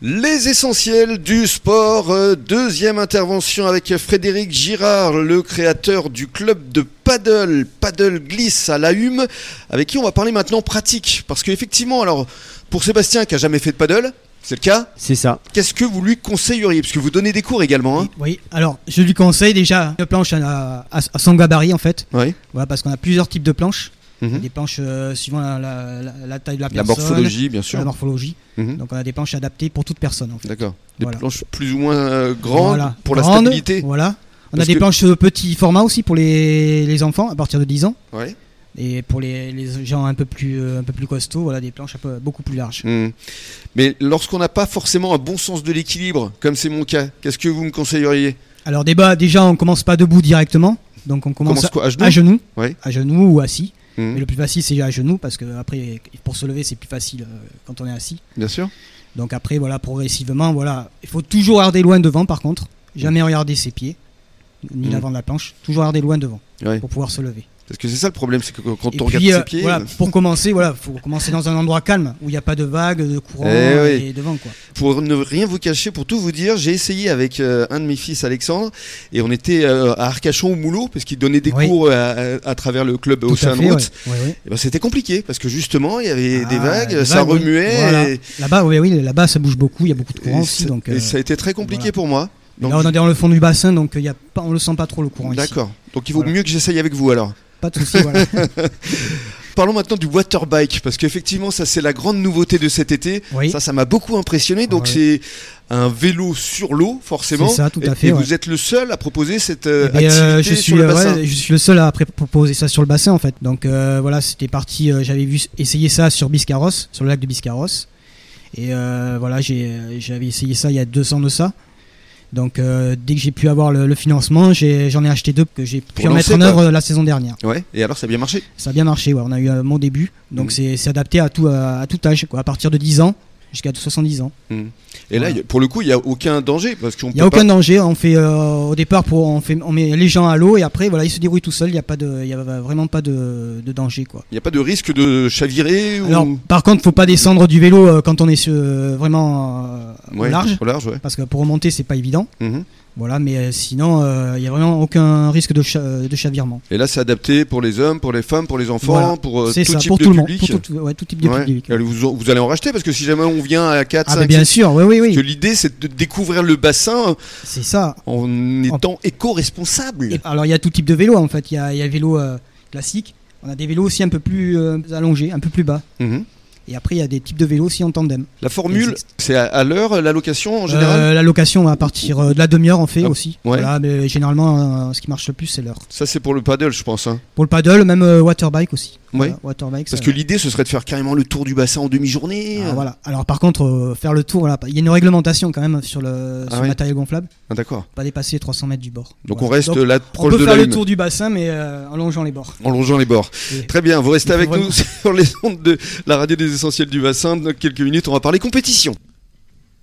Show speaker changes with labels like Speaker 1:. Speaker 1: Les essentiels du sport, euh, deuxième intervention avec Frédéric Girard, le créateur du club de paddle, paddle glisse à la hume, avec qui on va parler maintenant pratique. Parce qu'effectivement, alors, pour Sébastien qui a jamais fait de paddle, c'est le cas,
Speaker 2: C'est ça.
Speaker 1: qu'est-ce que vous lui conseilleriez Parce que vous donnez des cours également, hein
Speaker 3: Oui, alors je lui conseille déjà une planche à, à, à son gabarit en fait.
Speaker 1: Oui.
Speaker 3: Voilà, parce qu'on a plusieurs types de planches.
Speaker 1: Mhm.
Speaker 3: Des planches euh, suivant la, la- la- la taille de la
Speaker 1: La
Speaker 3: personne.
Speaker 1: morphologie, bien
Speaker 3: La
Speaker 1: sûr.
Speaker 3: morphologie.
Speaker 1: Mhm.
Speaker 3: Donc on a des planches adaptées pour toute personne en fait.
Speaker 1: D'accord. Des
Speaker 3: Voilà.
Speaker 1: planches plus ou moins euh, grandes
Speaker 3: Voilà.
Speaker 1: pour
Speaker 3: Grande,
Speaker 1: la stabilité.
Speaker 3: Voilà. On
Speaker 1: Parce
Speaker 3: a des
Speaker 1: que-
Speaker 3: planches euh, petit format aussi pour les, les enfants à partir de 10 ans.
Speaker 1: Ouais.
Speaker 3: Et pour les, les gens un peu plus, euh, un peu plus costauds, voilà, des planches un peu- beaucoup plus larges.
Speaker 1: Mhm. Mais lorsqu'on n'a pas forcément un bon sens de l'équilibre, comme c'est mon cas, qu'est-ce que vous me conseilleriez
Speaker 3: Alors débat, déjà on commence pas debout directement. Donc on commence,
Speaker 1: Commence quoi À genoux
Speaker 3: à genoux.
Speaker 1: Ouais.
Speaker 3: À genoux ou assis.
Speaker 1: Mhm.
Speaker 3: Mais le plus facile c'est à genoux parce que après pour se lever c'est plus facile euh, quand on est assis.
Speaker 1: Bien sûr.
Speaker 3: Donc après voilà progressivement voilà il faut toujours regarder loin devant par contre
Speaker 1: Hmm.
Speaker 3: jamais regarder ses pieds ni
Speaker 1: Mhm.
Speaker 3: l'avant de la planche toujours regarder loin devant
Speaker 1: Ouais.
Speaker 3: pour pouvoir se lever.
Speaker 1: Parce que c'est ça le problème, c'est que quand
Speaker 3: Et
Speaker 1: on
Speaker 3: puis,
Speaker 1: regarde
Speaker 3: euh,
Speaker 1: ses pieds,
Speaker 3: voilà, pour commencer voilà faut commencer dans un endroit calme où il n'y a pas de vagues de courant
Speaker 1: Eh oui.
Speaker 3: et devant quoi.
Speaker 1: pour ne rien vous cacher, pour tout vous dire, j'ai essayé avec euh, un de mes fils, Alexandre, et on était euh, à Arcachon au Moulot, parce qu'il donnait des
Speaker 3: Oui.
Speaker 1: cours à, à- à travers le club
Speaker 3: Tout à
Speaker 1: Ocean
Speaker 3: fait,
Speaker 1: Route.
Speaker 3: ouais. Ouais, ouais.
Speaker 1: Et ben, C'était compliqué, parce que justement, il y avait des
Speaker 3: Ah,
Speaker 1: vagues,
Speaker 3: des
Speaker 1: ça
Speaker 3: vagues, oui.
Speaker 1: remuait,
Speaker 3: Voilà.
Speaker 1: et,
Speaker 3: Là-bas, oui, oui, là-bas, ça bouge beaucoup, il y a beaucoup de
Speaker 1: et
Speaker 3: courant aussi.
Speaker 1: ça,
Speaker 3: Donc,
Speaker 1: et
Speaker 3: euh,
Speaker 1: ça a été très compliqué
Speaker 3: voilà.
Speaker 1: pour moi. Donc,
Speaker 3: là, on est dans le fond du bassin, donc il y a pas, on le sent pas trop le courant. ici.
Speaker 1: D'accord. Donc il vaut
Speaker 3: Voilà.
Speaker 1: mieux que j'essaye avec vous alors.
Speaker 3: Pas de souci. voilà.
Speaker 1: Parlons maintenant du waterbike, parce qu'effectivement, ça c'est la grande nouveauté de cet été.
Speaker 3: Oui.
Speaker 1: Ça, ça m'a beaucoup impressionné. Donc c'est
Speaker 3: Ouais.
Speaker 1: un vélo sur l'eau, forcément.
Speaker 3: C'est ça, tout à
Speaker 1: Et-
Speaker 3: fait,
Speaker 1: Et
Speaker 3: ouais.
Speaker 1: vous êtes le seul à proposer cette euh,
Speaker 3: Et,
Speaker 1: activité
Speaker 3: euh, je, suis,
Speaker 1: sur le
Speaker 3: euh, ouais,
Speaker 1: bassin.
Speaker 3: je suis le seul à après proposer ça sur le bassin en fait. Donc euh, voilà, c'était parti. euh, J'avais vu essayer ça sur Biscarros, sur le lac de Biscarros. Et euh, voilà, j'ai, euh, j'avais essayé ça il y a 200 de ça. Donc euh, dès que j'ai pu avoir le, le financement, j'ai- j'en ai acheté deux que j'ai pu
Speaker 1: Pour
Speaker 3: mettre en
Speaker 1: lancer,
Speaker 3: œuvre euh, la saison dernière.
Speaker 1: Ouais. Et alors, ça a bien marché.
Speaker 3: Ça a bien marché, ouais. on a eu euh, mon début. Donc
Speaker 1: Mhm.
Speaker 3: c'est c'est adapté à tout, euh, à, à tout âge, quoi. à partir de 10 ans jusqu'à 70 ans.
Speaker 1: Et là,
Speaker 3: Voilà.
Speaker 1: y a- pour le coup, il n'y a aucun danger, parce qu'on
Speaker 3: Il n'y a
Speaker 1: peut
Speaker 3: aucun danger, on fait euh, au départ pour on fait on met les gens à l'eau et après voilà, ils se débrouillent tout seuls, il n'y a pas de il y a vraiment pas de, de danger quoi.
Speaker 1: Il n'y a pas de risque de chavirer
Speaker 3: Alors
Speaker 1: ou
Speaker 3: par contre, faut pas descendre du vélo euh, quand on est sur- euh, vraiment euh, au
Speaker 1: Ouais,
Speaker 3: large
Speaker 1: Au large, ouais.
Speaker 3: parce que pour remonter, c'est pas évident.
Speaker 1: Mhm.
Speaker 3: Voilà, mais euh, sinon euh, il n'y a vraiment aucun risque de, cha- euh, de chavirement.
Speaker 1: Et là, c'est adapté pour les hommes, pour les femmes, pour les enfants,
Speaker 3: Voilà.
Speaker 1: pour euh,
Speaker 3: c'est
Speaker 1: tout
Speaker 3: ça
Speaker 1: type
Speaker 3: pour
Speaker 1: de
Speaker 3: tout le monde,
Speaker 1: public.
Speaker 3: pour tout, ouais, tout type de
Speaker 1: Ouais.
Speaker 3: public.
Speaker 1: Et Vous, en- vous allez en racheter parce que si jamais on vient à 4,
Speaker 3: Ah
Speaker 1: 5,
Speaker 3: mais bien sûr, oui oui
Speaker 1: parce que
Speaker 3: oui,
Speaker 1: l'idée c'est de découvrir le bassin
Speaker 3: c'est ça.
Speaker 1: en étant éco-responsable.
Speaker 3: Et- alors il y a tout type de vélo en fait, il y a, il y a le vélo euh, classique, on a des vélos aussi un peu plus euh, allongés, un peu plus bas.
Speaker 1: Mhm.
Speaker 3: Et après, il y a des types de vélos aussi en tandem.
Speaker 1: La
Speaker 3: Il
Speaker 1: formule,
Speaker 3: existe.
Speaker 1: c'est à, à l'heure la location en général
Speaker 3: Euh, la location à partir euh, de la demi-heure, on fait
Speaker 1: Ah,
Speaker 3: aussi.
Speaker 1: ouais.
Speaker 3: Voilà, mais généralement, euh, ce qui marche le plus, c'est l'heure.
Speaker 1: Ça c'est pour le paddle je pense. hein.
Speaker 3: Pour le paddle, même euh, waterbike aussi.
Speaker 1: Ouais.
Speaker 3: Voilà, waterbike,
Speaker 1: Parce
Speaker 3: ça-
Speaker 1: que l'idée ce serait de faire carrément le tour du bassin en demi-journée.
Speaker 3: Ah, voilà. Alors par contre, euh, faire le tour, là, il y a une réglementation quand même sur le,
Speaker 1: Ah
Speaker 3: sur le
Speaker 1: ouais.
Speaker 3: matériel gonflable.
Speaker 1: Ah, D'accord.
Speaker 3: Pas dépasser 300 mètres du bord.
Speaker 1: Donc on
Speaker 3: Voilà.
Speaker 1: reste
Speaker 3: Donc,
Speaker 1: là
Speaker 3: on
Speaker 1: proche
Speaker 3: peut
Speaker 1: de
Speaker 3: faire
Speaker 1: la
Speaker 3: le
Speaker 1: lune,
Speaker 3: tour du bassin, mais euh, en longeant les bords.
Speaker 1: en longeant les bords.
Speaker 3: Et-
Speaker 1: Très bien, vous restez
Speaker 3: Il faut
Speaker 1: avec
Speaker 3: vraiment-
Speaker 1: nous sur les ondes de la radio des essentiels du bassin. Dans quelques minutes, on va parler compétition.